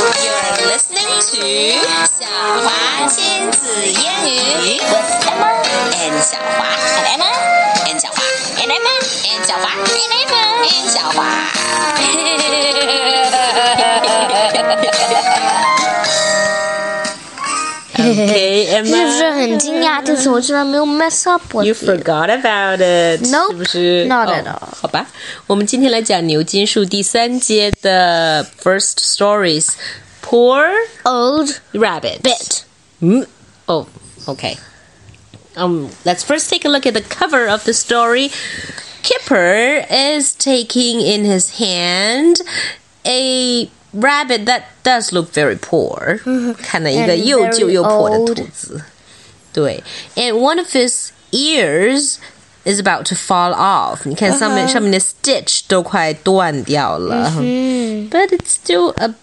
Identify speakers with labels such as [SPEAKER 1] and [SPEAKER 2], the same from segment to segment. [SPEAKER 1] You're listening to 小华亲子英语 with Emma and 小华 and Emma and 小华 and Emma and 小华 and Emma and 小华。
[SPEAKER 2] Okay,
[SPEAKER 3] 是不是
[SPEAKER 2] Emma.
[SPEAKER 3] 很惊讶？就是我居然没有 mess up with
[SPEAKER 2] You
[SPEAKER 3] it
[SPEAKER 2] forgot about it.
[SPEAKER 3] Nope,
[SPEAKER 2] 是不是
[SPEAKER 3] not at
[SPEAKER 2] 哦
[SPEAKER 3] all.
[SPEAKER 2] 好吧，我们今天来讲牛津树第三阶的 First Stories. Poor
[SPEAKER 3] old
[SPEAKER 2] rabbit.
[SPEAKER 3] bit.
[SPEAKER 2] Mm. Oh, okay. Um, let's first take a look at the cover of the story. Kipper is taking in his hand a rabbit that does look very poor. 看了一个
[SPEAKER 3] And
[SPEAKER 2] 又旧又破的兔子。对，and one of his ears is about to fall off. 你看上面、
[SPEAKER 3] Uh-huh.
[SPEAKER 2] 上面的 stitch 都快断掉了。But
[SPEAKER 3] Mm-hmm.
[SPEAKER 2] it's still a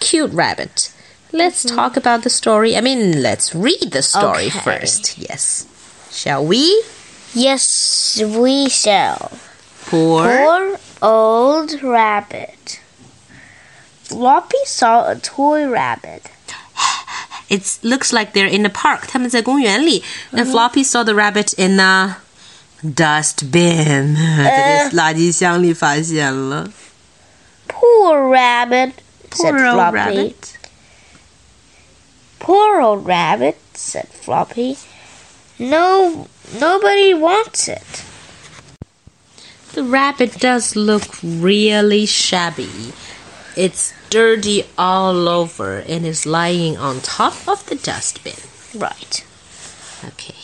[SPEAKER 2] cute rabbit. Let's talk about the story. I mean, let's read the story
[SPEAKER 3] Okay.
[SPEAKER 2] first. Yes. Shall we?
[SPEAKER 3] Yes, we shall.
[SPEAKER 2] Poor.
[SPEAKER 3] Poor old rabbit. Floppy saw a toy rabbit.
[SPEAKER 2] It looks like they're in the park. 他们在公园里。And Floppy saw the rabbit in a dustbin. Uh. 在垃圾箱里发现了。
[SPEAKER 3] Poor rabbit, said
[SPEAKER 2] Poor old
[SPEAKER 3] Floppy.
[SPEAKER 2] rabbit.
[SPEAKER 3] Poor old rabbit, said Floppy. No, nobody wants it.
[SPEAKER 2] The rabbit does look really shabby. It's dirty all over and is lying on top of the dustbin.
[SPEAKER 3] Right.
[SPEAKER 2] Okay.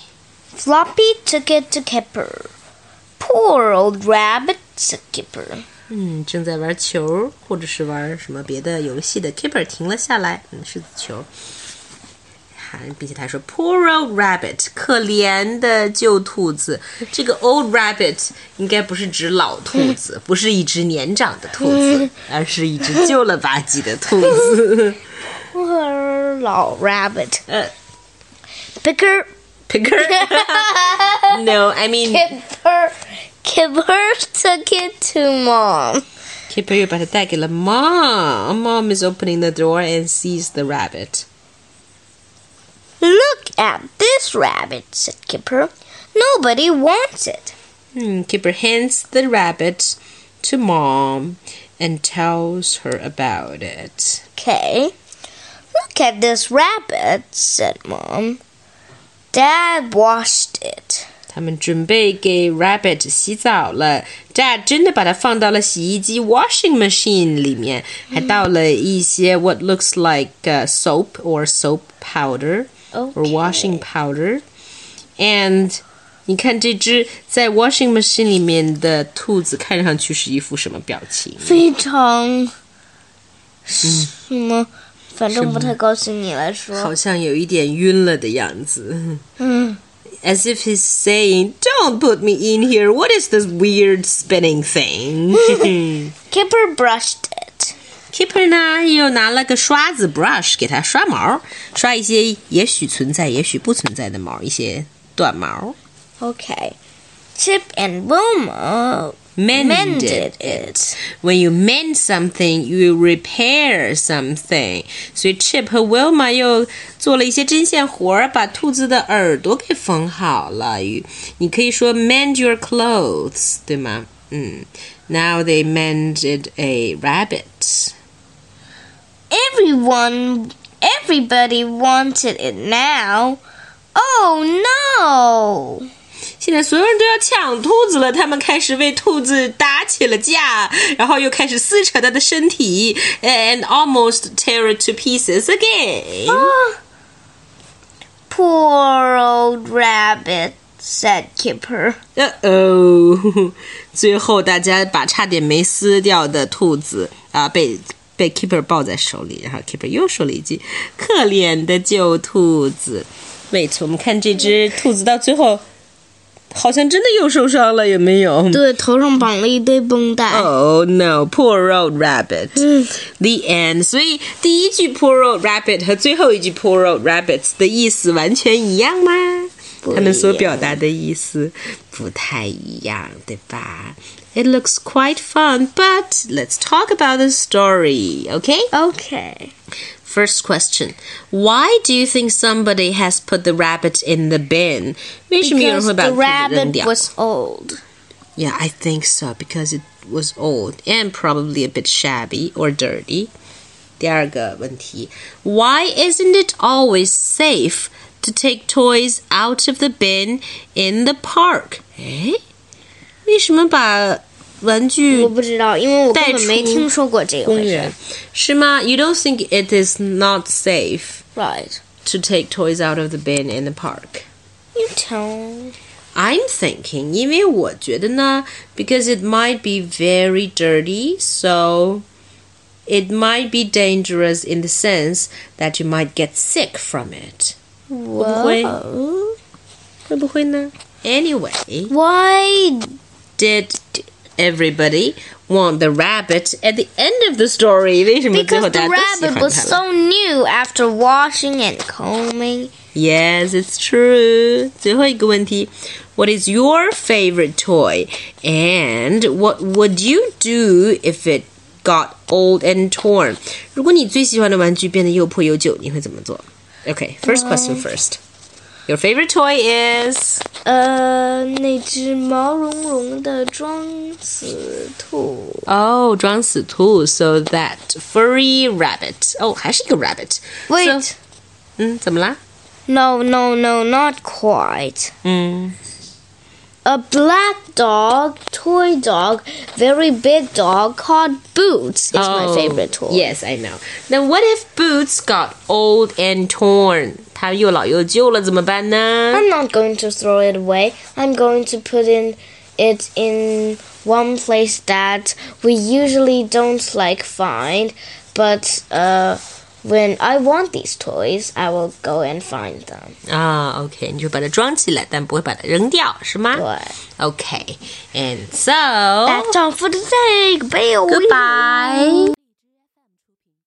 [SPEAKER 3] Floppy took it to Kipper. Poor old rabbit, said Kipper.
[SPEAKER 2] 嗯，正在玩球或者是玩什么别的游戏的 Kipper 停了下来，嗯，是球，还并且他说 Poor old rabbit，可怜的旧兔子。这个 old rabbit 应该不是指老兔子，不是一只年长的兔子，而是一只旧了吧唧的兔子。
[SPEAKER 3] Poor old rabbit.
[SPEAKER 2] 呃
[SPEAKER 3] Picker,
[SPEAKER 2] ，Picker，No，I mean
[SPEAKER 3] Kipper, Kipper took it to mom.
[SPEAKER 2] Kipper 又把它带给了 Mom。Mom is opening the door and sees the rabbit。
[SPEAKER 3] Look at this rabbit, said Kipper. Nobody wants it.
[SPEAKER 2] Hmm, Kipper hands the rabbit to mom and tells her about it.
[SPEAKER 3] Okay. Look at this rabbit, said mom. Dad washed it.
[SPEAKER 2] 他们准备给 rabbit 洗澡了。Dad 真的把它放到了洗衣机 washing machine 里面，还倒了一些 what looks like、soap uh, or soap powder or
[SPEAKER 3] Okay.
[SPEAKER 2] washing powder. And 你看这只在 washing machine 里面的兔子，看上去是一副什么表情？
[SPEAKER 3] 非常什么，反正不太高兴。你来说，
[SPEAKER 2] 好像有一点晕了的样子。
[SPEAKER 3] 嗯
[SPEAKER 2] as if he's saying, Don't put me in here. What is this weird spinning thing?
[SPEAKER 3] ，Kipper brushed it.
[SPEAKER 2] Kipper 呢，又拿了个刷子 brush 给它刷毛，刷一些也许存在、也许不存在的毛，一些断毛。
[SPEAKER 3] Okay, Chip and Wilma mended
[SPEAKER 2] Mended
[SPEAKER 3] it.
[SPEAKER 2] When you mend something, you repair something. 所以 Chip 和 Wilma 又做了一些针线活儿，把兔子的耳朵给缝好了。与你可以说 mend your clothes，对吗？嗯，Now they mended a rabbit.
[SPEAKER 3] Everyone, everybody wanted it now. Oh no!
[SPEAKER 2] 现在所有人都要抢兔子了，他们开始为兔子打起了架，然后又开始撕扯它的身体，and almost tear it to pieces again.
[SPEAKER 3] Ah. Poor old rabbit," said Kipper.
[SPEAKER 2] 呃哦， 最后大家把差点没撕掉的兔子啊，被被 Keeper 抱在手里，然后 Keeper 又说了一句：“可怜的旧兔子。”Wait，我们看这只兔子到最后，好像真的又受伤了，有没有？
[SPEAKER 3] 对，头上绑了一堆绷带。
[SPEAKER 2] Oh no, poor old rabbit.
[SPEAKER 3] 嗯
[SPEAKER 2] The end. 所以第一句 poor old rabbit 和最后一句 poor old rabbits 的意思完全一样吗？
[SPEAKER 3] 不一样
[SPEAKER 2] 他们所表达的意思不太一样，对吧 It looks quite fun, but let's talk about the story, okay?
[SPEAKER 3] Okay.
[SPEAKER 2] First question Why do you think somebody has put the rabbit in the bin? 为什么有人
[SPEAKER 3] Because
[SPEAKER 2] 会把
[SPEAKER 3] the
[SPEAKER 2] 兔子扔
[SPEAKER 3] rabbit
[SPEAKER 2] 掉
[SPEAKER 3] was old.
[SPEAKER 2] Yeah, I think so because it was old and probably a bit shabby or dirty. 第二个问题, why isn't it always safe to take toys out of the bin in the park? Eh?
[SPEAKER 3] Hmm.
[SPEAKER 2] 诶，为什么把玩具
[SPEAKER 3] 我不知道，因为我根本没听说过这个回事。
[SPEAKER 2] 是吗？You don't think it is not safe
[SPEAKER 3] Right.
[SPEAKER 2] to take toys out of the bin in the park?
[SPEAKER 3] You tell.
[SPEAKER 2] I'm thinking, 因为我觉得呢, because it might be very dirty, so it might be dangerous in the sense that you might get sick from it. 会不会？
[SPEAKER 3] Whoa.
[SPEAKER 2] 会不会呢? Anyway,
[SPEAKER 3] Why?
[SPEAKER 2] did everybody want the rabbit at the end of the story? 为
[SPEAKER 3] Because the rabbit was
[SPEAKER 2] 什么最后大家都喜欢它了？
[SPEAKER 3] so new after washing and combing.
[SPEAKER 2] Yes, it's true. 最后一个问题，What is your favorite toy, and what would you do if it got old and torn? 如果你最喜欢的玩具变得又破又旧，你会怎么做？Okay, first question first. Your favorite toy is
[SPEAKER 3] Uh, 呃，那只毛茸茸的装死兔。
[SPEAKER 2] oh 装死兔, so that furry rabbit. Oh, 还是一个 rabbit.
[SPEAKER 3] Wait.
[SPEAKER 2] So, 嗯，怎么啦？
[SPEAKER 3] No, no, no, not quite.
[SPEAKER 2] 嗯
[SPEAKER 3] A black dog, toy dog, very big dog called Boots is my
[SPEAKER 2] Oh,
[SPEAKER 3] favorite toy.
[SPEAKER 2] Yes, I know. Then what if Boots got old and torn? 它又老又旧了，怎么办呢？
[SPEAKER 3] I'm not going to throw it away. I'm going to put in it in one place that we usually don't like find, but uh, when I want these toys, I will go and find them.
[SPEAKER 2] 啊、oh,，OK，你就把它装起来，但不会把它扔掉，是吗？
[SPEAKER 3] 对。
[SPEAKER 2] Okay, and so
[SPEAKER 3] That's all for today. Goodbye.
[SPEAKER 2] goodbye.